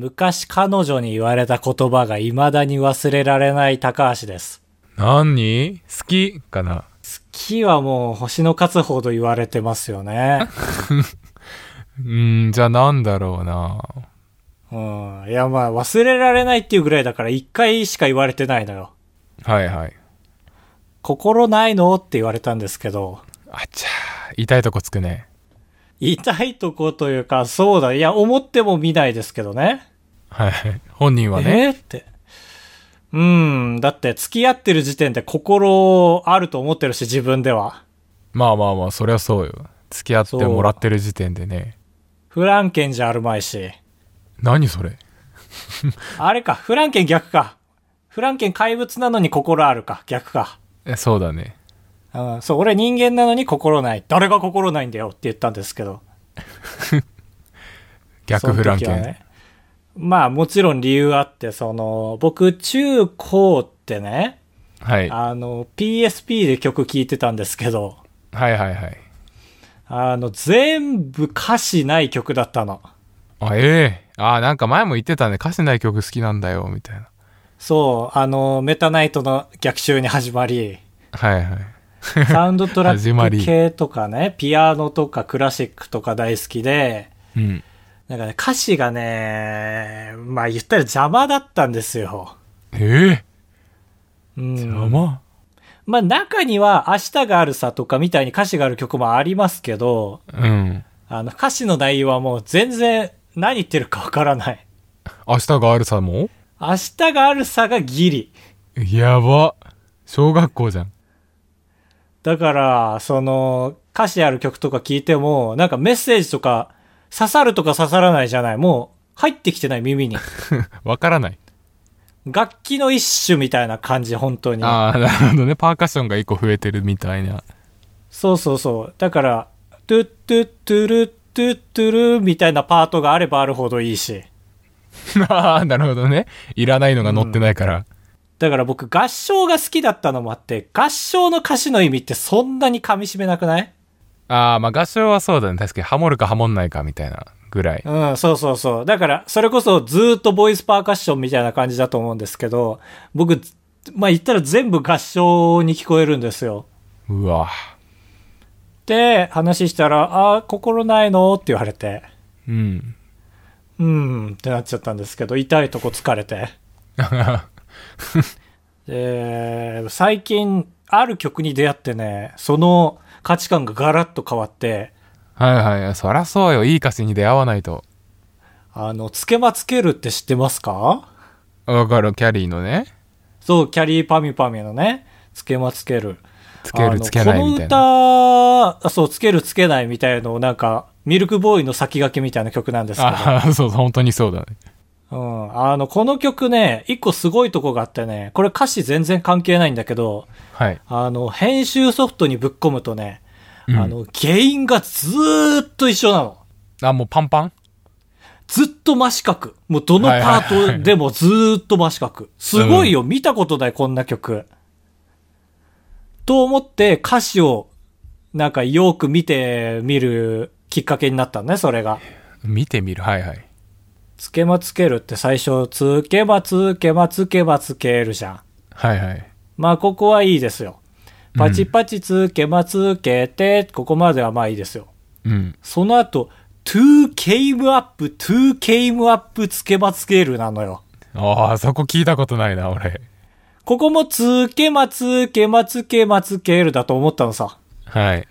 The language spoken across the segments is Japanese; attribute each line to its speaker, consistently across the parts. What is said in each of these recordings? Speaker 1: 昔彼女に言われた言葉が未だに忘れられない高橋です。
Speaker 2: 何好きかな
Speaker 1: 好きはもう星の数ほど言われてますよね。
Speaker 2: うん、じゃあなんだろうな。
Speaker 1: うん。いやまあ忘れられないっていうぐらいだから一回しか言われてないのよ。
Speaker 2: はいはい。
Speaker 1: 心ないのって言われたんですけど、
Speaker 2: あちゃー、痛いとこつくね。
Speaker 1: 痛いとこというか、そうだ。いや、思っても見ないですけどね。
Speaker 2: はい。本人は
Speaker 1: え
Speaker 2: ね。
Speaker 1: ーって。うん。だって、付き合ってる時点で心あると思ってるし、自分では。
Speaker 2: まあまあまあ、そりゃそうよ。付き合ってもらってる時点でね。
Speaker 1: フランケンじゃあるまいし。
Speaker 2: 何それ
Speaker 1: あれか、フランケン逆か。フランケン怪物なのに心あるか、逆か。
Speaker 2: えそうだね。
Speaker 1: うん、そう、俺人間なのに心ない。誰が心ないんだよって言ったんですけど。
Speaker 2: 逆フランケン。
Speaker 1: その時はねまあ、もちろん理由あって、その、僕、中高ってね、
Speaker 2: はい。はい
Speaker 1: あの、PSP で曲聴いてたんですけど、
Speaker 2: はいはい。
Speaker 1: あの、全部歌詞ない曲だったの。
Speaker 2: あ、ええあ、なんか前も言ってたね。歌詞ない曲好きなんだよ、みたいな。
Speaker 1: そう、あの、メタナイトの逆襲に始まり、
Speaker 2: はいはい。
Speaker 1: サウンドトラ
Speaker 2: 始ま
Speaker 1: ッ
Speaker 2: り
Speaker 1: ク系とかね、ピアノとかクラシックとか大好きで、
Speaker 2: うん。
Speaker 1: なんかね、歌詞がね、まあ言ったら邪魔だったんですよ。
Speaker 2: ええ
Speaker 1: うん
Speaker 2: 邪魔。
Speaker 1: まあ中には明日があるさとかみたいに歌詞がある曲もありますけど、
Speaker 2: うん。
Speaker 1: あの歌詞の内容はもう全然何言ってるかわからない。
Speaker 2: 明日があるさも
Speaker 1: 明日があるさがギリ。
Speaker 2: やば。小学校じゃん。
Speaker 1: だから、その、歌詞ある曲とか聞いても、なんかメッセージとか、刺さるとか刺さらないじゃない。もう、入ってきてない耳に。
Speaker 2: わからない。
Speaker 1: 楽器の一種みたいな感じ、本当に。
Speaker 2: ああ、なるほどね。パーカッションが一個増えてるみたいな。
Speaker 1: そうそうそう。だから、トゥットゥットゥルットゥットゥルーみたいなパートがあればあるほどいいし。
Speaker 2: ああ、なるほどね。いらないのが載ってないから。
Speaker 1: だから僕、合唱が好きだったのもあって、合唱の歌詞の意味ってそんなに噛み締めなくない
Speaker 2: ああ、まあ合唱はそうだね。確かにハモるかハモんないかみたいなぐらい。
Speaker 1: うん、そうそうそう。だから、それこそずーっとボイスパーカッションみたいな感じだと思うんですけど、僕、まあ言ったら全部合唱に聞こえるんですよ。
Speaker 2: うわ。
Speaker 1: で、話したら、ああ、心ないのって言われて、
Speaker 2: うん。
Speaker 1: うん、ってなっちゃったんですけど、痛いとこ疲れて。
Speaker 2: は
Speaker 1: で、最近、ある曲に出会ってね、その価値観がガラッと変わって、
Speaker 2: いはい。そらそうよ。いい歌詞に出会わないと。
Speaker 1: あの、つけまつけるって知ってますか
Speaker 2: わかる。キャリーのね。
Speaker 1: そう、キャリーパミュパミュのね、つけまつける。
Speaker 2: つけ
Speaker 1: あ
Speaker 2: る
Speaker 1: の
Speaker 2: つけないみたいな。
Speaker 1: この歌、あそう、つけるつけないみたいのをなんか、ミルクボーイの先駆けみたいな曲なんですけど、
Speaker 2: ああ、 そう、本当にそうだね。
Speaker 1: うん。あの、この曲ね、一個すごいとこがあってね、これ歌詞全然関係ないんだけど、
Speaker 2: はい。
Speaker 1: あの、編集ソフトにぶっ込むとね、
Speaker 2: うん
Speaker 1: あの、原因がずーっと一緒なの。
Speaker 2: あ、もうパンパン
Speaker 1: ずっと真四角。もうどのパ
Speaker 2: はいはい
Speaker 1: ー
Speaker 2: はい
Speaker 1: トでもずーっと真四角。すごいよ、見たことない、こんな曲。と思って歌詞を、なんかよく見てみるきっかけになったのね、それが。
Speaker 2: 見てみる。はいはい。
Speaker 1: つけまつけるって最初、つけまつけまつけまつけるじゃん。
Speaker 2: はいはい。
Speaker 1: まあ、ここはいいですよ。パチパチつけまつけて、ここまではまあいいですよ。
Speaker 2: うん。
Speaker 1: その後、2ケイムアップ、2ケイムアップつけまつけるなのよ。
Speaker 2: ああ、そこ聞いたことないな、俺。
Speaker 1: ここもつけまつけまつけまつけるだと思ったのさ。
Speaker 2: はい。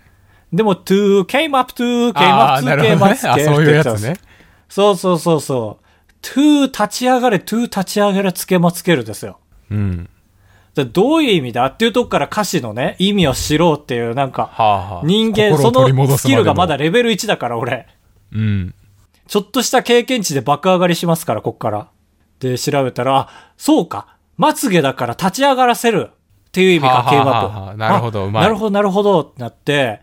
Speaker 1: でも、to came up to came up
Speaker 2: ああ、
Speaker 1: to
Speaker 2: なる
Speaker 1: came
Speaker 2: ほど
Speaker 1: up
Speaker 2: ね。
Speaker 1: to
Speaker 2: あ、そういうやつね。。
Speaker 1: そうそうそうそう。to 立ち上がれ to 立ち上がれつけまつけるですよ。
Speaker 2: うん。
Speaker 1: でどういう意味だっていうとこから歌詞のね、意味を知ろうっていう、なんか、
Speaker 2: はあ、はあ。
Speaker 1: 人間、
Speaker 2: 心
Speaker 1: そ
Speaker 2: を取り
Speaker 1: の
Speaker 2: 戻す
Speaker 1: スキルがまだ
Speaker 2: で
Speaker 1: レベル1だから、俺。
Speaker 2: の。うん。
Speaker 1: ちょっとした経験値で爆上がりしますから、こっから。で、調べたら、あ、そうか、まつげだから立ち上がらせるっていう意味
Speaker 2: はあ
Speaker 1: か、
Speaker 2: はあ
Speaker 1: 競
Speaker 2: はあは
Speaker 1: 馬
Speaker 2: あ
Speaker 1: と。
Speaker 2: なるほど
Speaker 1: あ
Speaker 2: うまい
Speaker 1: なるほど、なるほど、ってなって、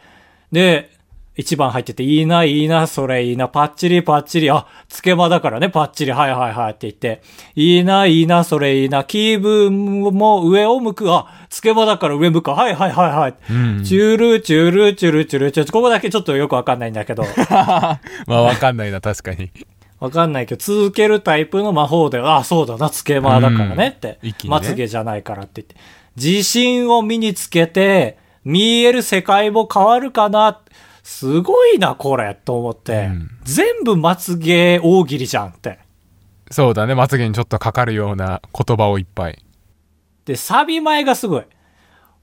Speaker 1: で、一番入ってて、いいな、いいな、それいいな、パッチリ、パッチリ、あ、つけまだからね、パッチリ、はいはいはいって言って、いいな、いいな、それいいな、気分も上を向く、あ、つけまだから上向く、はいはいはいはい。
Speaker 2: うん。
Speaker 1: チュルチュルチュルチュルチュル、ここだけちょっとよくわかんないんだけど。
Speaker 2: まあ、わかんないな、確かに。
Speaker 1: わかんないけど、続けるタイプの魔法で、あ、そうだな、つけまだからねって。
Speaker 2: うん一気にね
Speaker 1: まつげじゃないからって言って。自信を身につけて、見える世界も変わるかな。すごいな、これ、と思って。
Speaker 2: うん
Speaker 1: 全部まつげ大喜利じゃんって。
Speaker 2: そうだね。まつげにちょっとかかるような言葉をいっぱい。
Speaker 1: で、サビ前がすごい。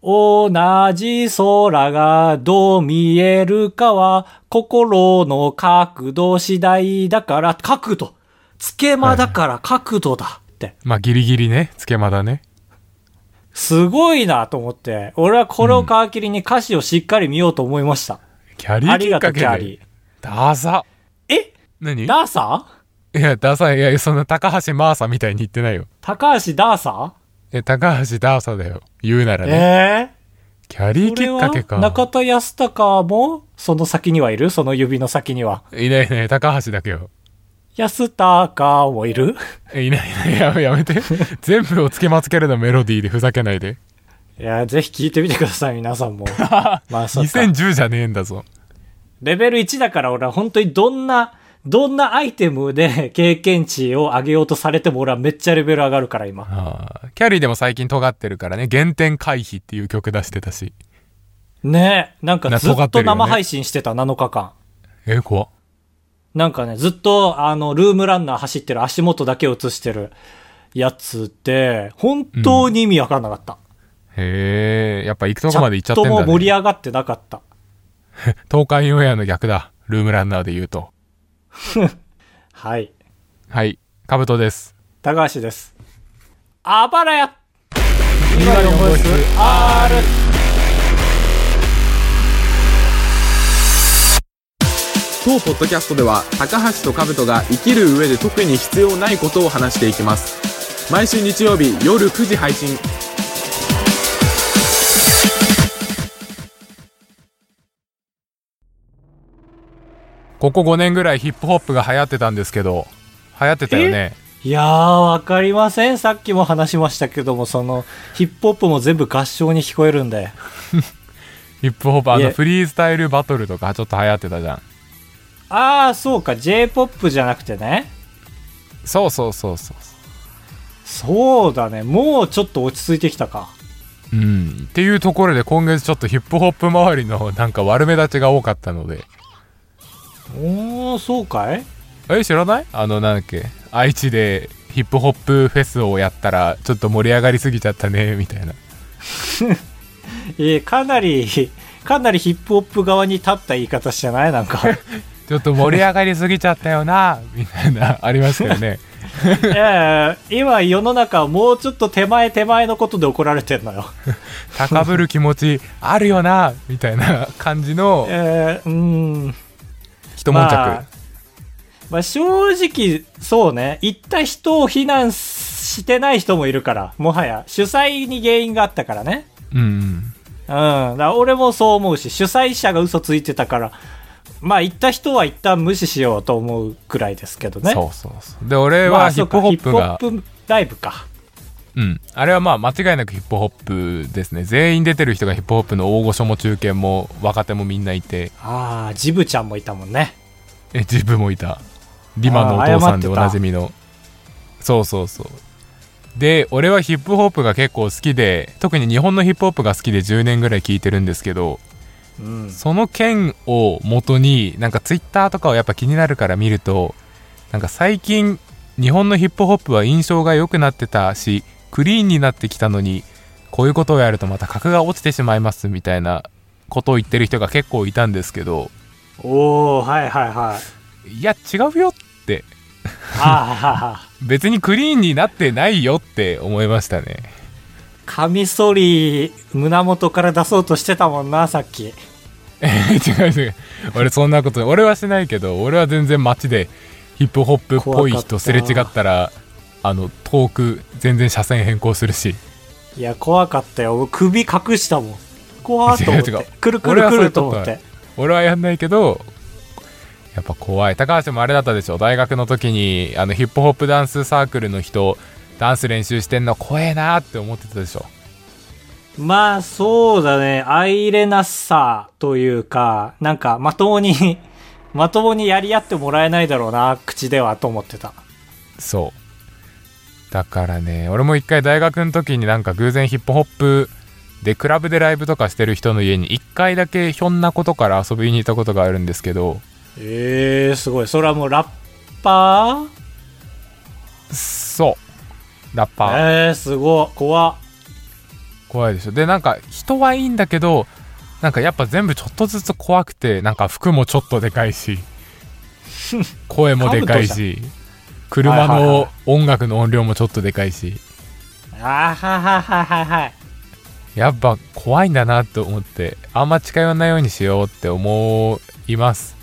Speaker 1: 同じ空がどう見えるかは心の角度次第だから角度。つけ間だから角度だって。
Speaker 2: まあ、ギリギリね。つけまだね。
Speaker 1: すごいなと思って、俺はこれを皮切りに歌詞をしっかり見ようと思いました。
Speaker 2: キャリ
Speaker 1: あ
Speaker 2: ーき
Speaker 1: り
Speaker 2: っ
Speaker 1: がと
Speaker 2: か
Speaker 1: う、キ
Speaker 2: けで。
Speaker 1: ャリー。
Speaker 2: ダサ。
Speaker 1: え
Speaker 2: 何い
Speaker 1: ダーサー
Speaker 2: や、ダサい。いや、そんな高橋マーサみたいに言ってないよ。
Speaker 1: 高橋ダーサ
Speaker 2: え、高橋ダーサだよ。言うなら
Speaker 1: ー
Speaker 2: ね。
Speaker 1: え
Speaker 2: キャ
Speaker 1: え
Speaker 2: リーき
Speaker 1: 俺
Speaker 2: っかけ
Speaker 1: は
Speaker 2: か。
Speaker 1: 中田康隆もその先にはいるその指の先には。
Speaker 2: いないいない、高橋だけよ。
Speaker 1: 康隆もいる
Speaker 2: えいないいない、やめやめて。全部をつけまつけるのメロディーでふざけないで。
Speaker 1: いや、ぜひ聞いてみてください、皆さん も。まあ、そっか。
Speaker 2: 2010じゃねえんだぞ。
Speaker 1: レベル1だから俺は本当にどんな、どんなアイテムで経験値を上げようとされても俺はめっちゃレベル上がるから、今。
Speaker 2: あーキャリーでも最近尖ってるからね、原点回避っていう曲出してたし。
Speaker 1: ねえ、なんか
Speaker 2: な
Speaker 1: ず
Speaker 2: 尖
Speaker 1: っ
Speaker 2: って
Speaker 1: と
Speaker 2: るよね
Speaker 1: 生配信してた、7日間。
Speaker 2: えー、怖っ
Speaker 1: なんかね、ずっと、あの、ルームランナー走ってる足元だけ映してるやつで、本当に意味わかんなかった。
Speaker 2: へえ、やっぱ行くと
Speaker 1: チ
Speaker 2: こ
Speaker 1: ャ
Speaker 2: まで行っちゃ
Speaker 1: ッ
Speaker 2: ってん
Speaker 1: トも
Speaker 2: だ
Speaker 1: 盛り
Speaker 2: ね。
Speaker 1: 上がってなかった。
Speaker 2: 東海オンエアの逆だ。ルームランナーで言うと。
Speaker 1: はい。
Speaker 2: はい、カブトです。
Speaker 1: 高橋です。あばらや
Speaker 2: 今のボイス
Speaker 1: R!
Speaker 3: 当ポッドキャストでは高橋と兜が生きる上で特に必要ないことを話していきます毎週日曜日夜9時配信
Speaker 2: ここ5年ぐらいヒップホップが流行ってたんですけど、流行ってたよね。
Speaker 1: いやー、わかりません。さっきも話しましたけども、その、ヒップホップも全部合唱に聞こえるんで。
Speaker 2: ヒップホップ、あ
Speaker 1: い
Speaker 2: の
Speaker 1: え
Speaker 2: フリースタイルバトルとかちょっと流行ってたじゃん。
Speaker 1: あー、そうか、J-POP じゃなくてね。
Speaker 2: そうそうそうそう。
Speaker 1: そうだね、もうちょっと落ち着いてきたか。
Speaker 2: うん、っていうところで今月ちょっとヒップホップ周りのなんか悪目立ちが多かったので
Speaker 1: おー、そうかい
Speaker 2: え知らないあのなんだっけ愛知でヒップホップフェスをやったらちょっと盛り上がりすぎちゃったねみたいな
Speaker 1: えーかなり、 かなりヒップホップ側に立った言い方してないなん か。
Speaker 2: ちょっと盛り上がりすぎちゃったよなみたいなありますよね
Speaker 1: えー、今世の中はもうちょっと手前手前のことで怒られてんのよ。
Speaker 2: 高ぶる気持ちあるよなみたいな感じ の
Speaker 1: えー、うーん。
Speaker 2: 一悶着、
Speaker 1: まあまあ、正直、そうね、行った人を非難してない人もいるから、もはや、主催に原因があったからね。
Speaker 2: うんうん
Speaker 1: うん。だから俺もそう思うし、主催者が嘘ついてたから、まあ、行った人は一旦無視しようと思うくらいですけどね。
Speaker 2: そうそうそうで俺
Speaker 1: ま
Speaker 2: は
Speaker 1: あ
Speaker 2: ヒ
Speaker 1: そ
Speaker 2: ッ
Speaker 1: うか
Speaker 2: プホップが、
Speaker 1: ヒップホップライブか。
Speaker 2: うん、あれはまあ間違いなくヒップホップですね全員出てる人がヒップホップの大御所も中堅も若手もみんないて
Speaker 1: ああ、ジブちゃんもいたもんね。
Speaker 2: え自分もいたリマのお父さんで
Speaker 1: あー謝ってた
Speaker 2: おなじみのそうそうそうで俺はヒップホップが結構好きで特に日本のヒップホップが好きで10年ぐらい聴いてるんですけど
Speaker 1: うん。
Speaker 2: その件を元になんかツイッターとかをやっぱ気になるから見るとなんか最近日本のヒップホップは印象が良くなってたしクリーンになってきたのにこういうことをやるとまた格が落ちてしまいますみたいなことを言ってる人が結構いたんですけど
Speaker 1: おー、はいはいはい。
Speaker 2: いや違うよって
Speaker 1: ああ、
Speaker 2: 別にクリーンになってないよって思いましたね
Speaker 1: カミソリ、胸元から出そうとしてたもんな、さっき。
Speaker 2: え 違う違う俺そんなこと俺はしないけど俺は全然街でヒップホップっぽ
Speaker 1: 怖
Speaker 2: い
Speaker 1: かった
Speaker 2: 人すれ違ったらあの遠く全然車線変更するし
Speaker 1: いや、怖かったよ。首隠したもん。怖ーっと思っ
Speaker 2: 違う違う
Speaker 1: て。くるくるくると思っ
Speaker 2: 俺はそういう
Speaker 1: て。
Speaker 2: 俺はやんないけどやっぱ怖い高橋もあれだったでしょ大学の時にあのヒップホップダンスサークルの人ダンス練習してんの怖えなって思ってたでしょ
Speaker 1: まあ、そうだね。アイレナッサーというか、なんか、まともに まともにやり合ってもらえないだろうな、口ではと思ってた。
Speaker 2: そうだからね俺も一回大学の時になんか偶然ヒップホップでクラブでライブとかしてる人の家に一回だけひょんなことから遊びに行ったことがあるんですけど
Speaker 1: ええー、すごい。それはもうラッパー
Speaker 2: そうラッパー
Speaker 1: ええー、すごい。怖っ
Speaker 2: 怖いでしょでなんか人はいいんだけどなんかやっぱ全部ちょっとずつ怖くてなんか服もちょっとでかい し声もでかいし車
Speaker 1: はいはいは
Speaker 2: の
Speaker 1: い
Speaker 2: 音楽の音量もちょっとでかいし
Speaker 1: あははははは。
Speaker 2: やっぱ怖いんだなと思ってあんま近寄らないようにしようって思います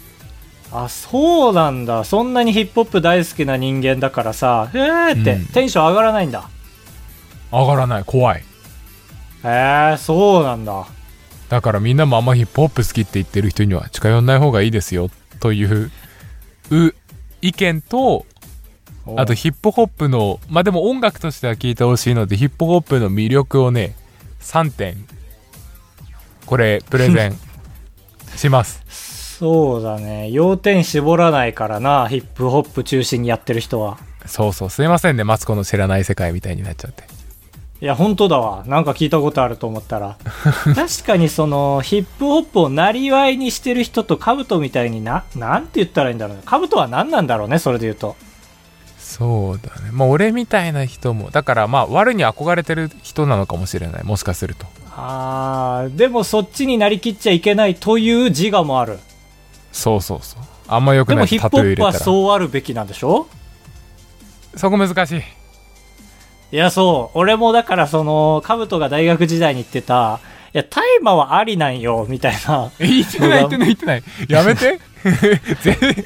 Speaker 1: あ、そうなんだ。そんなにヒップホップ大好きな人間だからさ、えーって、
Speaker 2: うん
Speaker 1: テンション上がらないんだ。
Speaker 2: 上がらない怖い
Speaker 1: ええー、そうなんだ。
Speaker 2: だからみんなもあんまヒップホップ好きって言ってる人には近寄らない方がいいですよというう意見とあとヒップホップのまあでも音楽としては聞いてほしいのでヒップホップの魅力をね3点これプレゼンします
Speaker 1: そうだね。要点絞らないからな、ヒップホップ中心にやってる人は。
Speaker 2: そうそうすいませんねマツコの知らない世界みたいになっちゃって
Speaker 1: いや、本当だわ。なんか聞いたことあると思った ら。確かにその、ヒップホップをなりわいにしてる人とカブトみたいにな、なんて言ったらいいんだろうね。カブトは何なんだろうね、それで言うと。
Speaker 2: そうだねまあ俺みたいな人もだからまあ悪に憧れてる人なのかもしれないもしかすると
Speaker 1: あー、でもそっちになりきっちゃいけないという自我もある。
Speaker 2: そうそうそうあんまよく
Speaker 1: で
Speaker 2: な
Speaker 1: も
Speaker 2: い
Speaker 1: ヒップホ
Speaker 2: タトゥー入
Speaker 1: ッ
Speaker 2: れ
Speaker 1: プ
Speaker 2: たら
Speaker 1: はそうあるべきなんでしょ
Speaker 2: そこ難しい
Speaker 1: いや、そう。俺もだからその、カブトが大学時代に言ってた、いや、大麻はありなんよ、みたいな。
Speaker 2: え言ってない言ってない言ってないやめ て全然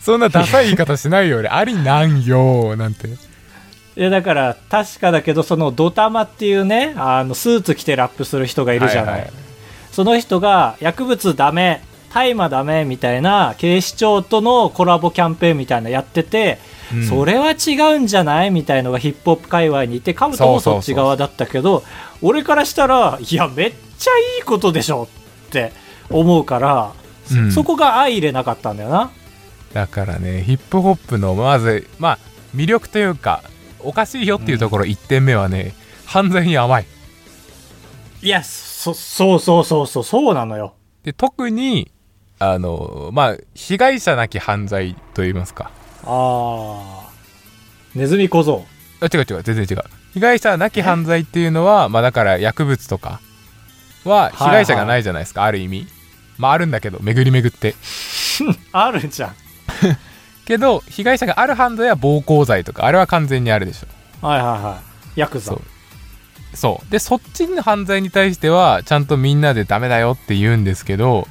Speaker 2: そんなダサい言い方しないよ俺ありなんよなんて
Speaker 1: いやだから確かだけどそのドタマっていうねあのスーツ着てラップする人がいるじゃない、
Speaker 2: はいはい
Speaker 1: その人が薬物ダメ大麻ダメみたいな警視庁とのコラボキャンペーンみたいなのやってて、
Speaker 2: うん
Speaker 1: それは違うんじゃないみたいのがヒップホップ界隈にいてカムトもそっち側だったけど俺からしたらいやめっちゃいいことでしょって思うから、
Speaker 2: うん
Speaker 1: そこが相入れなかったんだよな
Speaker 2: だからねヒップホップのまずまあ魅力というかおかしいよっていうところ1点目はね、犯罪に甘い
Speaker 1: いやそそうそうそうそうそうなのよ
Speaker 2: で特にあのまあ被害者なき犯罪といいますか
Speaker 1: ああネズミ小僧
Speaker 2: あ違う違う全然違う被害者なき犯罪っていうのはまあだから薬物とかは被害者がないじゃないですか、ある意味まああるんだけど巡り巡って
Speaker 1: あるじゃん
Speaker 2: けど被害者がある犯罪は暴行罪とかあれは完全にあるでしょ
Speaker 1: はいはいはいヤクザ
Speaker 2: そうそうでそっちの犯罪に対してはちゃんとみんなでダメだよって言うんですけど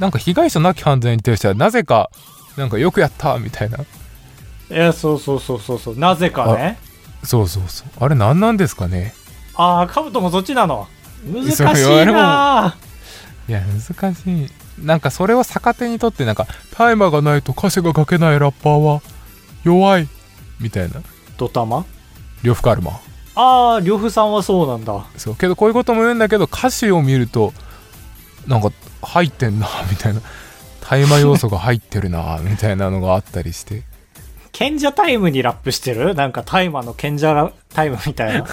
Speaker 2: なんか被害者なき犯罪に対してはなぜかなんかよくやったみたいない
Speaker 1: やそうそうそうそうそうなぜかね
Speaker 2: そうそうそうあれ何なんですかね
Speaker 1: ああーカブトもそっちなの難しい
Speaker 2: そう言われも
Speaker 1: なあ
Speaker 2: いや難しいなんかそれを逆手にとってなんかタイマーがないと歌詞が書けないラッパーは弱いみたいな
Speaker 1: ドタマ
Speaker 2: 呂布カルマ
Speaker 1: ああ呂布さんはそうなんだ
Speaker 2: そうけどこういうことも言うんだけど歌詞を見るとなんか入ってんな みたいな大麻要素が入ってるな みたいなのがあったりして
Speaker 1: 賢者タイムにラップしてるなんか大麻の賢者ラタイムみたいな
Speaker 2: い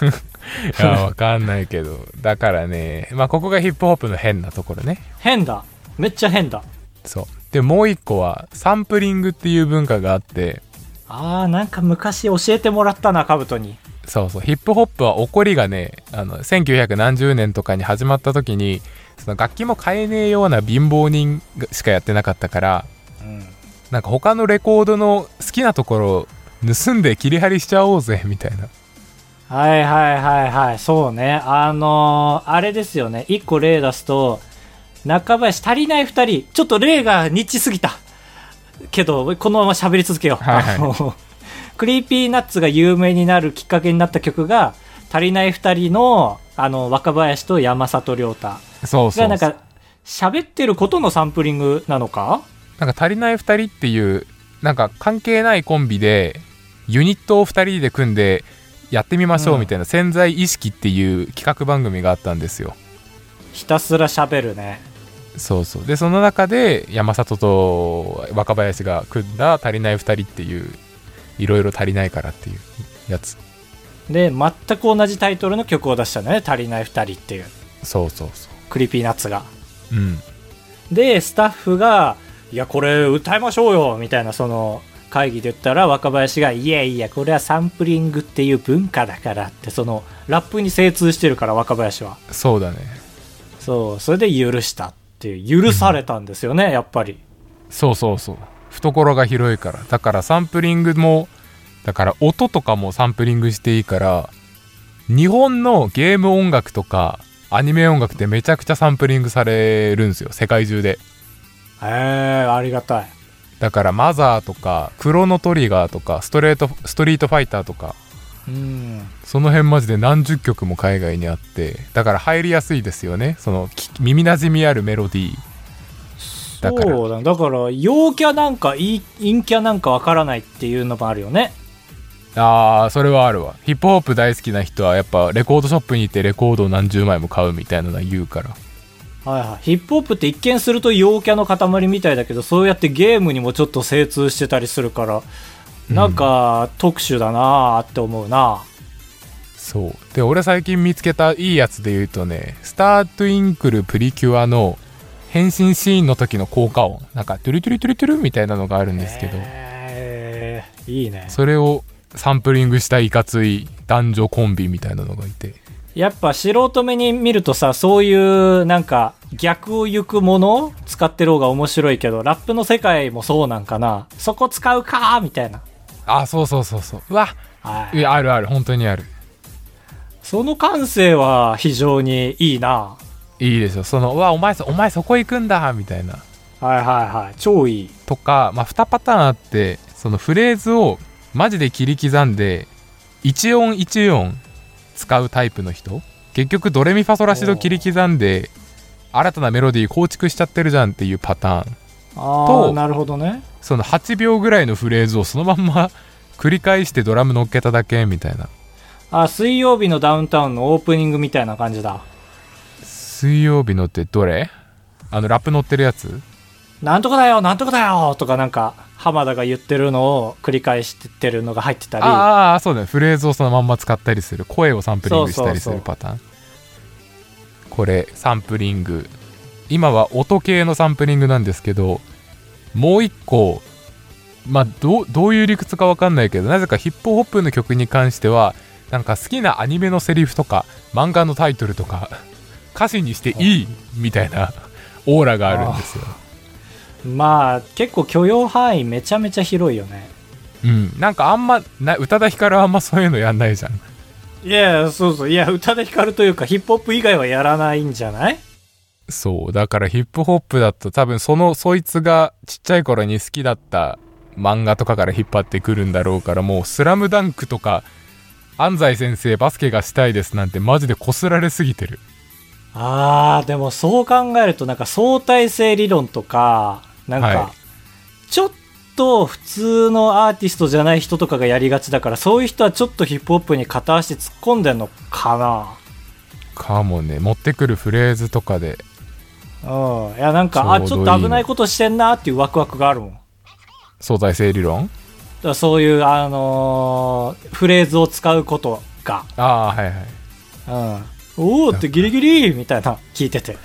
Speaker 2: やわかんないけどだからねまあここがヒップホップの変なところね
Speaker 1: 変だめっちゃ変だ
Speaker 2: そうでもう一個はサンプリングっていう文化があって
Speaker 1: あーなんか昔教えてもらったなカブトに
Speaker 2: そうそうヒップホップは怒りがねあの1900何十年とかに始まった時にその楽器も買えねえような貧乏人がしかやってなかったから
Speaker 1: うん
Speaker 2: なんか他のレコードの好きなところを盗んで切り張りしちゃおうぜみたいな
Speaker 1: はいはいはいはい、そうね。あのーあれですよね。一個例出すと、中林足りない二人、ちょっと例がニッチすぎた。けど、このまま喋り続けよう。
Speaker 2: はいはい
Speaker 1: あのクリーピーナッツが有名になるきっかけになった曲が、足りない二人の、あの、若林と山里亮太
Speaker 2: そうそう
Speaker 1: が、なんか、喋ってることのサンプリングなのか
Speaker 2: なんか足りない2人っていうなんか関係ないコンビでユニットを2人で組んでやってみましょうみたいな潜在意識っていう企画番組があったんですよ
Speaker 1: ひたすら喋るね。
Speaker 2: そうそうでその中で山里と若林が組んだ「足りない2人」っていういろいろ足りないからっていうやつ
Speaker 1: で全く同じタイトルの曲を出したのね「足りない二人」っていう
Speaker 2: そうそうそ
Speaker 1: クリーピーナッツが
Speaker 2: ううん
Speaker 1: でスタッフが「いやこれ歌いましょうよ」みたいなその会議で言ったら若林が「いやいやこれはサンプリングっていう文化だから」ってそのラップに精通してるから若林は
Speaker 2: そうだね
Speaker 1: そうそれで許したっていう許されたんですよね、やっぱり
Speaker 2: そうそうそう懐が広いからだからサンプリングもだから音とかもサンプリングしていいから日本のゲーム音楽とかアニメ音楽ってめちゃくちゃサンプリングされるんですよ世界中で
Speaker 1: へえありがたい
Speaker 2: だからマザーとかクロノトリガーとかストレートストリートファイターとか
Speaker 1: うん
Speaker 2: その辺マジで何十曲も海外にあってだから入りやすいですよねその聞き耳なじみあるメロディーだから
Speaker 1: そうだだから陽キャなんか陰陰キャなんかわからないっていうのもあるよね
Speaker 2: あーそれはあるわヒップホップ大好きな人はやっぱレコードショップに行ってレコードを何十枚も買うみたいなのは言うから
Speaker 1: はいはい、ヒップホップって一見すると陽キャの塊みたいだけどそうやってゲームにもちょっと精通してたりするからなんか特殊だなーって思うな、
Speaker 2: そうで俺最近見つけたいいやつで言うとねスター・トゥインクル・プリキュアの変身シーンの時の効果音なんかトゥルトゥルトゥルトゥルみたいなのがあるんですけど、
Speaker 1: へーいいね
Speaker 2: それをサンプリングしたいかつい男女コンビみたいなのがいて
Speaker 1: やっぱ素人目に見るとさそういうなんか逆を行くものを使ってる方が面白いけどラップの世界もそうなんかなそこ使うかーみたいな、
Speaker 2: あそうそうそうそううわ
Speaker 1: はい
Speaker 2: いやあるある本当にある
Speaker 1: その感性は非常にいいない
Speaker 2: いでしょそのうわお前そお前そこ行くんだみたいな
Speaker 1: はいはいはい超いい
Speaker 2: とか、まあ、2パターンあってそのフレーズをマジで切り刻んで一音一音使うタイプの人結局ドレミファソラシド切り刻んで新たなメロディー構築しちゃってるじゃんっていうパターン
Speaker 1: ああ
Speaker 2: と
Speaker 1: なるほどね
Speaker 2: その8秒ぐらいのフレーズをそのまんま 繰り返してドラム乗っけただけみたいな
Speaker 1: あ水曜日のダウンタウンのオープニングみたいな感じだ
Speaker 2: 水曜日のってどれあのラップ乗ってるやつ
Speaker 1: なんとかだよなんとかだよとかなんか浜田が言ってるのを繰り返してってるのが入ってたり
Speaker 2: ああそうだねフレーズをそのまんま使ったりする声をサンプリングしたりす
Speaker 1: そうそうそ
Speaker 2: る
Speaker 1: う
Speaker 2: パターンこれサンプリング今は音系のサンプリングなんですけどもう一個まあどうどういう理屈かわかんないけどなぜかヒップホップの曲に関してはなんか好きなアニメのセリフとか漫画のタイトルとか歌詞にしていいみたいなオーラがあるんですよ
Speaker 1: まあ結構許容範囲めちゃめちゃ広いよね
Speaker 2: うんなんかあんまな宇多田ヒカルはあんまそういうのやんないじゃん
Speaker 1: いやそうそういや宇多田ヒカルというかヒップホップ以外はやらないんじゃない
Speaker 2: そうだからヒップホップだと多分そのそいつがちっちゃい頃に好きだった漫画とかから引っ張ってくるんだろうからもう「スラムダンクとか「安西先生バスケがしたいです」なんてマジでこすられすぎてる
Speaker 1: あーでもそう考えるとなんか相対性理論とかなんか、
Speaker 2: は
Speaker 1: ちょっと普通のアーティストじゃない人とかがやりがちだからそういう人はちょっとヒップホップに片足突っ込んでんのかな
Speaker 2: かもね持ってくるフレーズとかで
Speaker 1: うんいやなんか
Speaker 2: ち
Speaker 1: あち
Speaker 2: ょう
Speaker 1: ょ
Speaker 2: どい
Speaker 1: っ
Speaker 2: い
Speaker 1: と危ないことしてんなっていうワクワクがあるもんだか
Speaker 2: 相対性理論
Speaker 1: らそういうあのーフレーズを使うことが
Speaker 2: ああーはいはい
Speaker 1: うんおおってギリギリみたいな聞いてて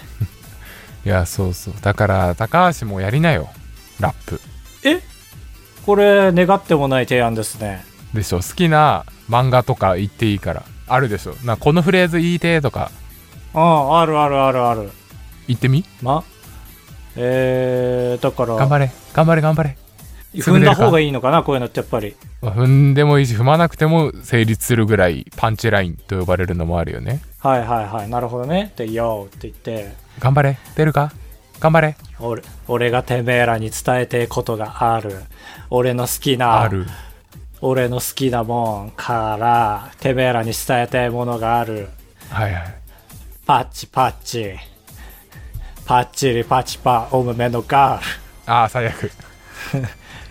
Speaker 2: いやそうそうだから高橋もやりなよラップ
Speaker 1: えこれ願ってもない提案ですね
Speaker 2: でしょ好きな漫画とか言っていいからあるでしょなこのフレーズ言いてーとか
Speaker 1: うんあるあるあるある
Speaker 2: 言ってみ
Speaker 1: まえー、だから
Speaker 2: 頑張れ頑張れ頑張れ
Speaker 1: 踏んだ方がいいのかなこういうのってやっぱり
Speaker 2: まあ踏んでもいいし踏まなくても成立するぐらいパンチラインと呼ばれるのもあるよね
Speaker 1: はいはいはいなるほどねで「よーって言って
Speaker 2: 頑張れ出るか頑張れ
Speaker 1: 俺俺がてめえらに伝えてえことがある俺の好きな
Speaker 2: ある
Speaker 1: 俺の好きなもんからてめえらに伝えたいものがある
Speaker 2: はいはい
Speaker 1: パッチパッチパッチリパチパおむめのガール
Speaker 2: ああ最悪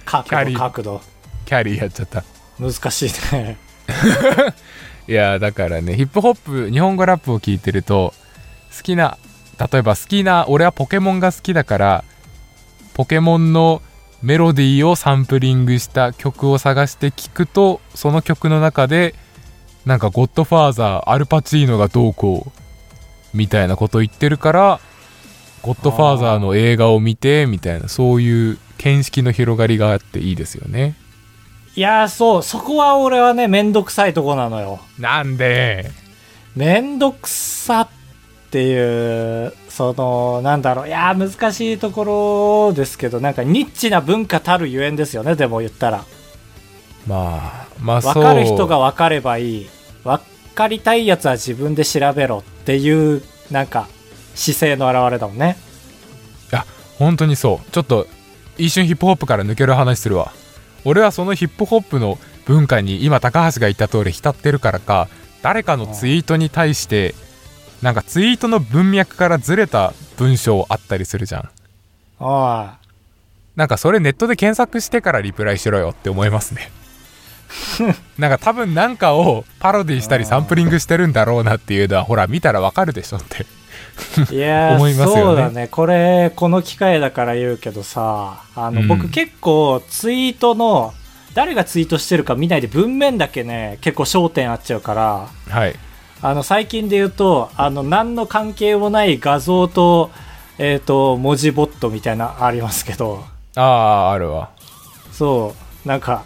Speaker 2: キャ
Speaker 1: 角
Speaker 2: リー
Speaker 1: 度角度
Speaker 2: キャリーやっちゃった
Speaker 1: 難しいね
Speaker 2: いやーだからねヒップホップ日本語ラップを聞いてると好きな例えば好きな俺はポケモンが好きだからポケモンのメロディーをサンプリングした曲を探して聞くとその曲の中でなんか「ゴッドファーザーアルパチーノがどうこう」みたいなこと言ってるから「ゴッドファーザーの映画を見て」みたいなそういう見識の広がりがあっていいですよね。
Speaker 1: いやーそう、そこは俺はね、めんどくさいとこなのよ。
Speaker 2: なんで
Speaker 1: めんどくさっていう、その、なんだろう、いやー難しいところですけど、なんかニッチな文化たるゆえんですよね、でも言ったら。
Speaker 2: まあまあそう
Speaker 1: 分かる人が分かればいい。分かりたいやつは自分で調べろっていう、なんか、姿勢の表れだもんね。
Speaker 2: いや本当にそうちょっと一瞬ヒップホップから抜ける話するわ俺はそのヒップホップの文化に今高橋が言った通り浸ってるからか誰かのツイートに対してなんかツイートの文脈からずれた文章あったりするじゃん
Speaker 1: あ
Speaker 2: なんかそれネットで検索してからリプライしろよって思いますねなんか多分なんかをパロディしたりサンプリングしてるんだろうなっていうのはほら見たらわかるでしょって
Speaker 1: あ。いやー
Speaker 2: 思いますよね
Speaker 1: そうだね。これ、この機会だから言うけどさ、あの、
Speaker 2: うん
Speaker 1: 僕結構ツイートの、誰がツイートしてるか見ないで文面だけね、結構焦点あっちゃうから、
Speaker 2: はい
Speaker 1: あの、最近で言うと、あの、何の関係もない画像と、えっ、と、文字ボットみたいな、ありますけど、
Speaker 2: あああるわ
Speaker 1: そうなんか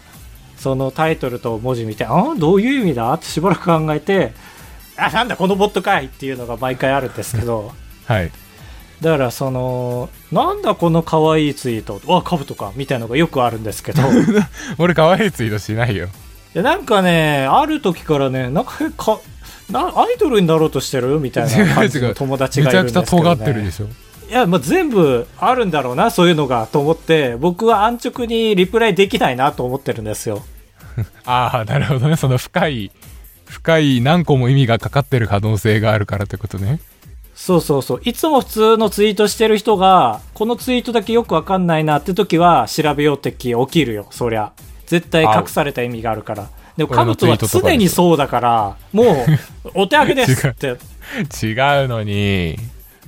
Speaker 1: そのタイトルと文字見てあどういう意味だってしばらく考えてあなんだこのボットかいっていうのが毎回あるんですけ ど
Speaker 2: はい
Speaker 1: だからそのなんだこの可愛いツイートあカブトかみたいなのがよくあるんです けど
Speaker 2: 俺可愛いツイートしないよ
Speaker 1: でなんかねある時からねなんかかなアイドルになろうとしてるみたいな感じ の友達
Speaker 2: め
Speaker 1: がい
Speaker 2: ち
Speaker 1: るんで
Speaker 2: ゃ
Speaker 1: す
Speaker 2: くち
Speaker 1: けど、
Speaker 2: ゃ
Speaker 1: ね、
Speaker 2: 尖ってるでしょ
Speaker 1: いや、まあ、全部あるんだろうなそういうのがと思って僕は安直にリプライできないなと思ってるんですよ
Speaker 2: ああなるほどねその深い深い何個も意味がかかってる可能性があるからってことね
Speaker 1: そうそうそう。いつも普通のツイートしてる人が、このツイートだけよくわかんないなって時は、調べようって気起きるよ、そりゃ。絶対隠された意味があるから。でも、
Speaker 2: 俺
Speaker 1: カ
Speaker 2: の
Speaker 1: ブ
Speaker 2: ツ
Speaker 1: ト
Speaker 2: イ
Speaker 1: は
Speaker 2: ートとかでし
Speaker 1: 常
Speaker 2: ょ
Speaker 1: にそうだから、 もう、お手上げですって
Speaker 2: 違うのに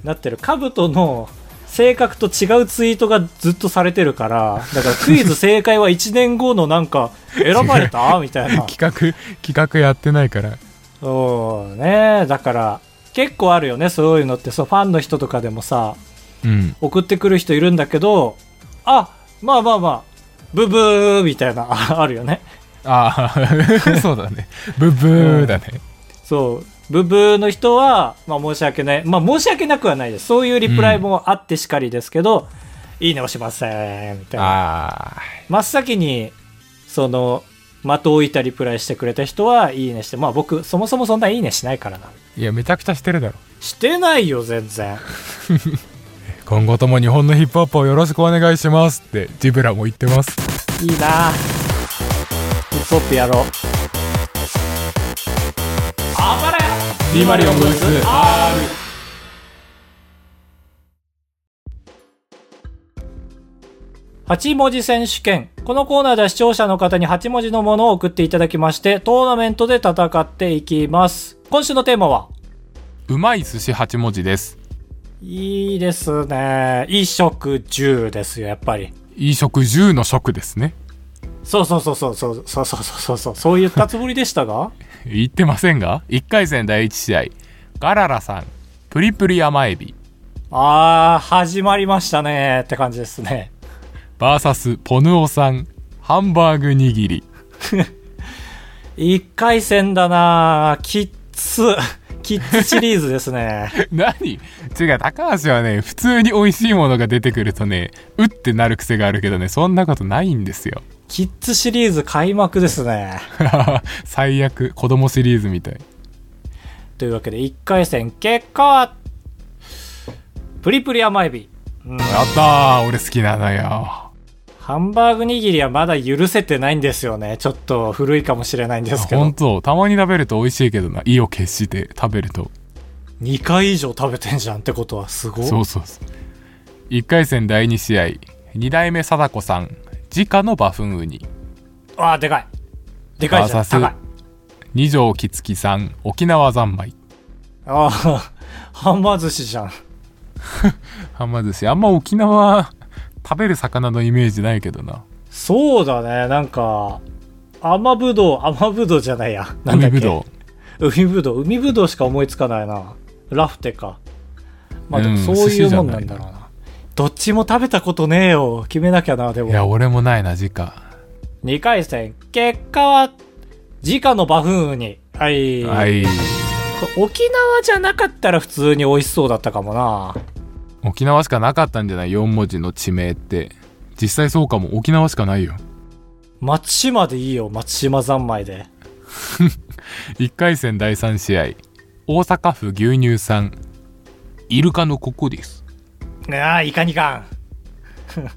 Speaker 1: なってる。カブトの性格と違うツイートがずっとされてるから、だからクイズ正解は1年後のなんか、選ばれ たみたいな。
Speaker 2: 企画企画やってないから
Speaker 1: そうね。だから、結構あるよね、そういうのって。そう、ファンの人とかでもさ、
Speaker 2: うん
Speaker 1: 送ってくる人いるんだけどあまあまあまあブブーみたいな ああるよね
Speaker 2: ああ そうだねブブーだね
Speaker 1: そうブブーの人は、まあ、申し訳ないまあ申し訳なくはないですそういうリプライもあってしかりですけど、いいね押しませんみたいな
Speaker 2: ああ
Speaker 1: 真っ先にその的を置いたリプライしてくれた人はいいねしてまあ僕そもそもそんないいねしないからない
Speaker 2: やめちゃくちゃしてるだろ
Speaker 1: してないよ全然
Speaker 2: 今後とも日本のヒップホップをよろしくお願いしますってジブラも言ってます
Speaker 1: いいなそってやろうあばれ
Speaker 2: リマリオンブース
Speaker 1: R 8文字選手権。このコーナーでは視聴者の方に8文字のものを送っていただきまして、トーナメントで戦っていきます。今週のテーマは
Speaker 2: うまい寿司8文字です
Speaker 1: いいですね。衣食住ですよ、やっぱり。
Speaker 2: 飲食10の食ですね
Speaker 1: そうそうそうそうそうそうそうそうそう。そういったつもりでした が
Speaker 2: 言ってませんが1回戦第1試合ガララさんプリプリ甘エビ
Speaker 1: あー、始まりましたねって感じですね。
Speaker 2: VS ポヌオさんハンバーグ握り
Speaker 1: 一回戦だなキッズ、 キッズシリーズです ね。
Speaker 2: 何違う高橋はね普通に美味しいものが出てくるとねうってなる癖があるけどねそんなことないんですよ
Speaker 1: キッズシリーズ開幕ですね。
Speaker 2: 最悪子供シリーズみたい
Speaker 1: というわけで、一回戦結果は、プリプリ甘エビ。
Speaker 2: やったー俺好きなのよ
Speaker 1: ハンバーグ握りはまだ許せてないんですよね。ちょっと古いかもしれないんですけ
Speaker 2: 本
Speaker 1: ど。
Speaker 2: 当たまに食べると美味しいけどな意を決して食べると
Speaker 1: 2回以上食べてんじゃんってことはすごい。
Speaker 2: そうそうそう1回戦第2試合2代目貞子さん直のバフンウニ
Speaker 1: ああ、でかい。でかいじゃん。
Speaker 2: バーサス
Speaker 1: 高い。
Speaker 2: 二条きつきさん沖縄三昧
Speaker 1: ああ、ハンマー寿司じゃん。
Speaker 2: はま寿司あんま沖縄食べる魚のイメージないけどな
Speaker 1: そうだね、なんか、甘ぶどう、甘ぶどうじゃないや。なんだ
Speaker 2: 海
Speaker 1: っけ
Speaker 2: ぶど
Speaker 1: 海ぶどう。海ぶどうしか思いつかないな。ラフテか。まあでも
Speaker 2: うん
Speaker 1: そういうもんなん
Speaker 2: 寿司じ
Speaker 1: だ
Speaker 2: ゃ
Speaker 1: ろ
Speaker 2: な
Speaker 1: う
Speaker 2: い
Speaker 1: な。どっちも食べたことねえよ。決めなきゃな、で
Speaker 2: ういや
Speaker 1: も。
Speaker 2: 俺もないな時価
Speaker 1: 2回戦、結果は、直のバフンウニ。はい。
Speaker 2: はい
Speaker 1: これ沖縄じゃなかったら普通に美味しそうだったかもな。
Speaker 2: 沖縄しかなかったんじゃない4文字の地名って実際そうかも沖縄しかないよ
Speaker 1: 松島でいいよ、松島三昧で。
Speaker 2: 1回戦第3試合大阪府牛乳さんイルカのここです
Speaker 1: ああ、いかにかん。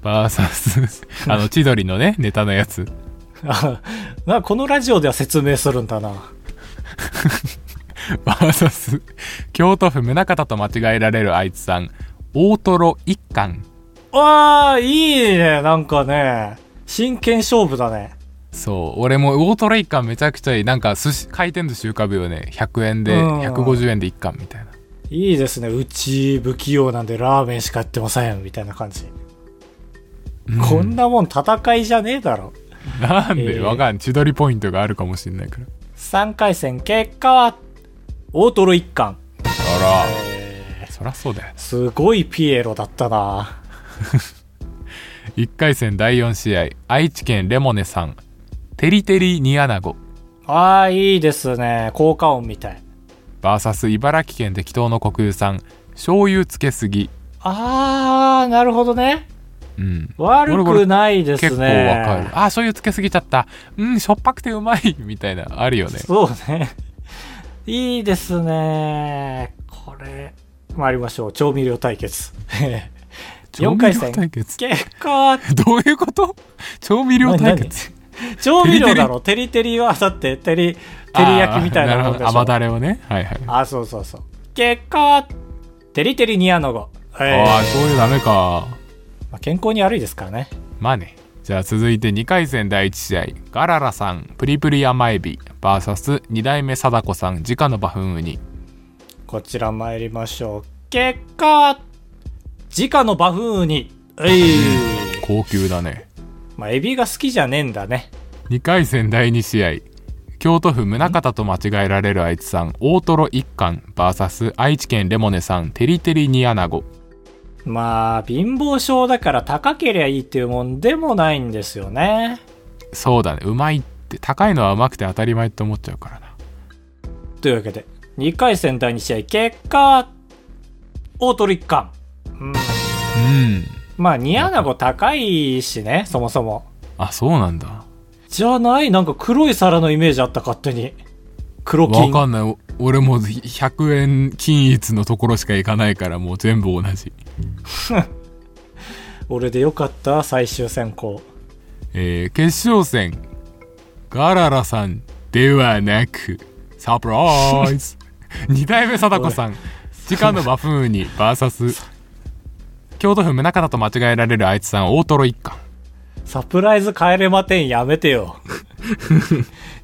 Speaker 2: バーサスあの千鳥のねネタのやつ
Speaker 1: あなこのラジオでは説明するんだな。
Speaker 2: バーサス京都府宗像と間違えられるあいつさん大トロ一貫
Speaker 1: ああ、いいね、なんかね。真剣勝負だね。
Speaker 2: そう俺も大トロ一貫めちゃくちゃいいなんか寿司回転寿司浮かぶよね100円で
Speaker 1: うん
Speaker 2: 150円で一貫みたいない
Speaker 1: いですね。うち不器用なんでラーメンしかやってません、みたいな感じ。こんなもん戦いじゃねえだろ。
Speaker 2: なん
Speaker 1: え
Speaker 2: で
Speaker 1: ー
Speaker 2: わかんない千鳥ポイントがあるかもしれないから
Speaker 1: 3回戦、結果は、大トロ一貫。
Speaker 2: あらそりゃそうだよ
Speaker 1: すごいピエロだったな。
Speaker 2: 1回戦第4試合愛知県レモネさんテリテリ煮アナゴ
Speaker 1: ああ、いいですね。効果音みたい。
Speaker 2: VS 茨城県適当の国有さん醤油つけすぎ
Speaker 1: ああ、なるほどね。
Speaker 2: うん
Speaker 1: 悪くないですね。
Speaker 2: 結構わかるあ醤油つけすぎちゃったうんしょっぱくてうまい みたいなあるよね
Speaker 1: そうね。いいですね。これ、参りましょう。調味料対決。4
Speaker 2: 調味
Speaker 1: 回
Speaker 2: 料
Speaker 1: 戦。
Speaker 2: 対決
Speaker 1: 結果は、
Speaker 2: どういうこと調味料対決
Speaker 1: 何何調味料だろ。テリテリは、だって、テリ、照り焼きみたいなもん
Speaker 2: あー
Speaker 1: で
Speaker 2: る
Speaker 1: し
Speaker 2: ほど
Speaker 1: ょ。
Speaker 2: 甘だれをねはいはい
Speaker 1: あ、そうそうそう。結果は、テリテリニアノゴ。はい
Speaker 2: ああ醤油ダメか
Speaker 1: まあ健康に悪いですからね。
Speaker 2: まあねじゃあ続いて2回戦第1試合ガララさんプリプリ甘エビ VS2 代目貞子さん直のバフンウニ
Speaker 1: こちら参りましょう。結果は、直のバフンウニ。はい
Speaker 2: 高級だね
Speaker 1: まあ、エビが好きじゃねえんだね。
Speaker 2: 2回戦第2試合京都府宗像と間違えられるあいつさん大トロ1貫 VS 愛知県レモネさんテリテリ煮アナゴ
Speaker 1: まあ、貧乏症だから高けりゃいいっていうもんでもないんですよね。
Speaker 2: そうだねうまいって高いのはうまくて当たり前って思っちゃうからな
Speaker 1: というわけで、2回戦第2試合、結果、大トリッカン。うん、
Speaker 2: うん
Speaker 1: まあ、煮アナゴ高いしね、そもそも。
Speaker 2: あそうなんだ
Speaker 1: じゃないなんか黒い皿のイメージあった、勝手に。黒
Speaker 2: わ
Speaker 1: 金。
Speaker 2: かんないお俺も100円均一のところしか行かないからもう全部同じ
Speaker 1: 俺でよかった、最終選考。
Speaker 2: えー決勝戦ガララさんではなくサプライズ2 代目貞子さん直のバフンウニ VS 京都府宗像と間違えられるあいつさん大トロ一貫
Speaker 1: サプライズ帰れまてんやめて よ。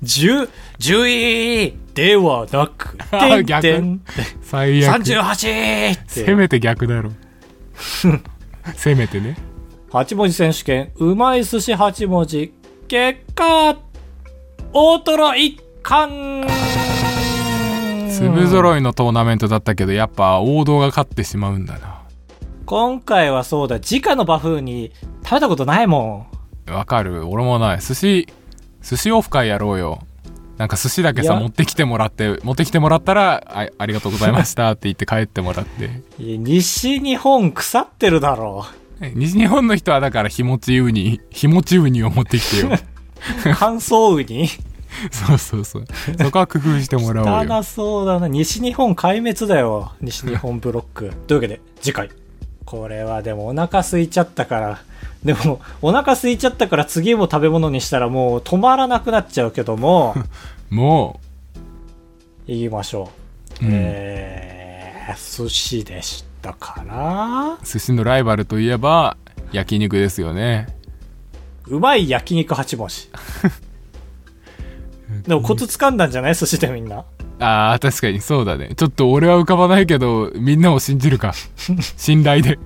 Speaker 1: 10、10位ではなく、
Speaker 2: あ
Speaker 1: てんてん
Speaker 2: 最悪
Speaker 1: 38位って
Speaker 2: せめて逆だろ せめてね
Speaker 1: 8文字選手権うまい寿司8文字結果大トロ一貫
Speaker 2: 粒揃いのトーナメントだったけどやっぱ王道が勝ってしまうんだな
Speaker 1: 今回はそうだ直のバフに食べたことないも
Speaker 2: わかる俺もない寿司寿司オフ会やろうよなんか寿司だけ
Speaker 1: い
Speaker 2: さ
Speaker 1: や
Speaker 2: 持ってきてもらって持ってきてもらったらあありがとうございましたって言って帰ってもらって
Speaker 1: んいや西日本腐ってるだ ろ
Speaker 2: え西日本の人はだから日持ちウニ日持ちウニを持ってきてよ
Speaker 1: う乾燥ウニ
Speaker 2: そうそうそうそこは工夫してもらおうよ
Speaker 1: 汚そうだな西日本壊滅だよ西日本ブロッ クというわけで次回これはでもお腹空いちゃったからでもお腹空いちゃったから次も食べ物にしたらもう止まらなくなっちゃうけど も
Speaker 2: も
Speaker 1: 言いましょ
Speaker 2: う、
Speaker 1: う、
Speaker 2: うん
Speaker 1: えー、寿司でしたから
Speaker 2: 寿司のライバルといえば焼肉ですよね
Speaker 1: うまい 焼肉八文字でもコツ掴んだんじゃない寿司でみんな
Speaker 2: ああ確かにそうだねちょっと俺は浮かばないけどみんなを信じ るか信頼で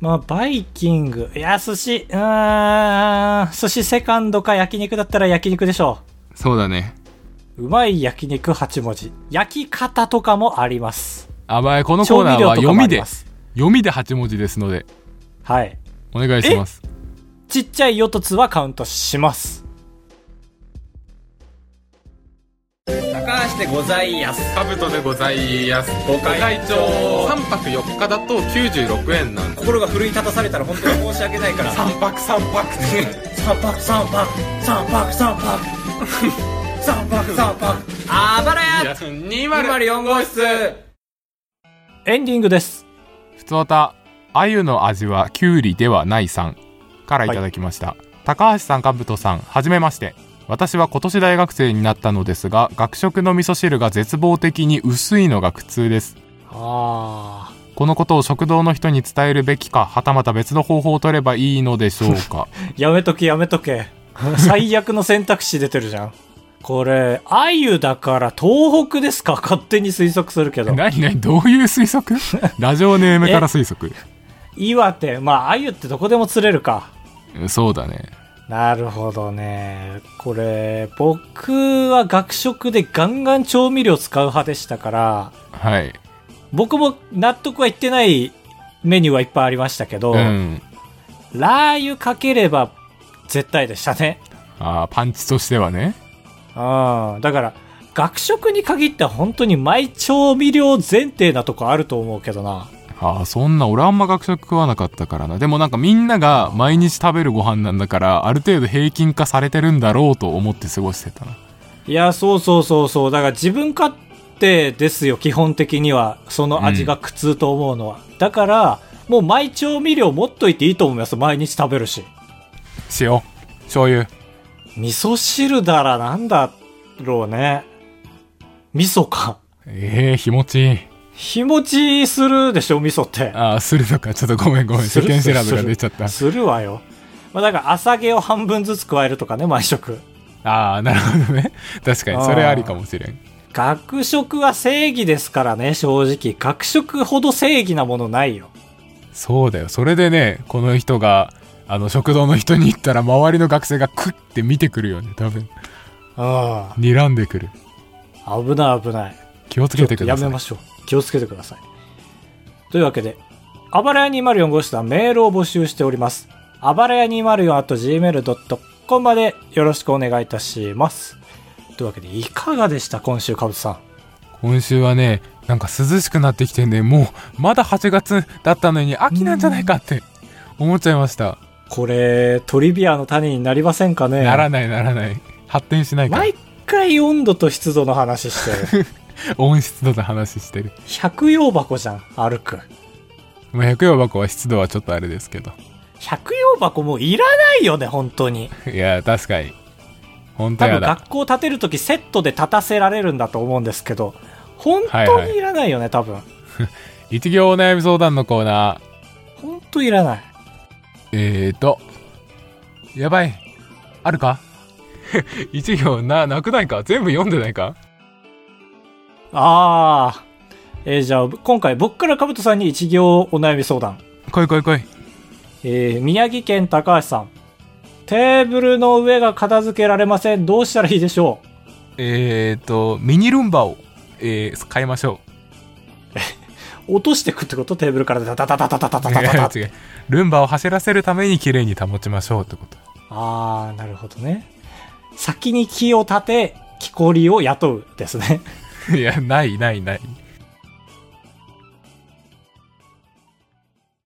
Speaker 1: まあ、バイキング。いや、寿司、うーん、寿司セカンドか焼肉だったら焼肉でしょ
Speaker 2: そうだね
Speaker 1: う。うまい焼肉8文字。焼き方とかもあります。
Speaker 2: あばいこのコ
Speaker 1: 調
Speaker 2: ーナ
Speaker 1: 味
Speaker 2: ー
Speaker 1: 料
Speaker 2: は
Speaker 1: とか
Speaker 2: 読
Speaker 1: もあ
Speaker 2: み
Speaker 1: り
Speaker 2: で
Speaker 1: ます。
Speaker 2: 読みで8文字ですので
Speaker 1: はい。
Speaker 2: お願いします
Speaker 1: ちっちゃいヨトツはカウントします。
Speaker 4: 高橋でございやす。
Speaker 3: カブトでございます
Speaker 4: ご会長
Speaker 3: 3泊4日だと96円なんです
Speaker 4: 心が奮い立たされたら本当に申し訳ないから。三泊三泊三泊三泊三泊三泊 三泊三泊あばらや204号室
Speaker 1: エンディングです。
Speaker 2: ふつおたあゆの味はきゅうりではないさんからいただきました、高橋さんかぶとさんはじめまして私は今年大学生になったのですが学食の味噌汁が絶望的に薄いのが苦痛です
Speaker 1: あ
Speaker 2: このことを食堂の人に伝えるべきかはたまた別の方法を取ればいいのでしょうか
Speaker 1: ー。やめとけやめとけ。最悪の選択肢出てるじゃん。これ、あゆだから東北ですか勝手に推測するけど。
Speaker 2: 何何どういう 推測ラジオネームから推測
Speaker 1: 岩手、まあ、あゆってどこでも釣れるか。
Speaker 2: うんそうだね
Speaker 1: なるほどね。これ、僕は学食でガンガン調味料使う派でしたから、
Speaker 2: はい
Speaker 1: 僕も納得はいってないメニューはいっぱいありましたけど、
Speaker 2: うん
Speaker 1: ラー油かければ絶対でしたね。
Speaker 2: あーパンチとしてはね
Speaker 1: うん。だから、学食に限っては本当に毎調味料前提なとこあると思うけどな。
Speaker 2: ああそんな俺あんま学食食わなかったからなでもなんかみんなが毎日食べるご飯なんだからある程度平均化されてるんだろうと思って過ごしてたない
Speaker 1: や、そうそうそうそう。だから自分勝手ですよ、基本的には。その味が苦痛と思うのは。だから、もう毎調味料持っといていいと思います。毎日食べるし。
Speaker 2: 塩醤油
Speaker 1: 味噌汁だらなんだろうね。味噌か。
Speaker 2: ええー、日持ちいい
Speaker 1: 日持ちするでしょ、味噌って。
Speaker 2: ああするのかちょっとごめんごめん
Speaker 1: す
Speaker 2: 世
Speaker 1: る
Speaker 2: 間調べ
Speaker 1: する
Speaker 2: が出ちゃった
Speaker 1: するわよ。まあ、だから、朝毛を半分ずつ加えるとかね、毎食。
Speaker 2: ああなるほどね確かにそれありかもしれん
Speaker 1: 学食は正義ですからね、正直。学食ほど正義なものないよ。
Speaker 2: そうだよそれでねこの人があの食堂の人に行ったら周りの学生がクッて見てくるよね多分
Speaker 1: うん。
Speaker 2: 睨んでくる
Speaker 1: 危ない危ない。
Speaker 2: 気をつ
Speaker 1: ちょ
Speaker 2: け
Speaker 1: ってと
Speaker 2: く
Speaker 1: や
Speaker 2: ださい
Speaker 1: めましょう。気をつけてください。というわけで、あばらや204号室はメールを募集しております。あばらや 204.gmail.com までよろしくお願いいたします。というわけで、いかがでした今週、かぶとさん。
Speaker 2: 今週はねなんか涼しくなってきてねもうまだ8月だったのに秋なんじゃないかって思っちゃいました、
Speaker 1: これ、トリビアの種になりませんかね
Speaker 2: ならないならない発展しないから
Speaker 1: 毎回温度と湿度の話して る。
Speaker 2: 温湿度の話してる
Speaker 1: 百葉箱じゃん、歩く。
Speaker 2: まあ百葉箱は湿度はちょっとあれですけど
Speaker 1: 百葉箱もういらないよね、本当に。
Speaker 2: いや確かに本当
Speaker 1: 多
Speaker 2: や
Speaker 1: 分
Speaker 2: だ
Speaker 1: 学校建てるときセットで立たせられるんだと思うんですけど本当にいらないよね、多分
Speaker 2: 一行お悩み相談のコーナー
Speaker 1: 本当いらない
Speaker 2: えーとやばいあるか 一行ななくないか全部読んでないか
Speaker 1: ああえーじゃあ今回僕からかぶとさんに一行お悩み相談、
Speaker 2: 来い来い来い
Speaker 1: えー宮城県高橋さんテーブルの上が片付けられませんどうしたらいいでしょう
Speaker 2: えーとミニルンバを、えー、買いましょう
Speaker 1: 落としてくってことテーブルからダダダダダダダダ
Speaker 2: いや
Speaker 1: ダ
Speaker 2: 違うルンバを走らせるために綺麗に保ちましょうってこと
Speaker 1: ああなるほどね先に木を立て木こりを雇うですね
Speaker 2: いやないないない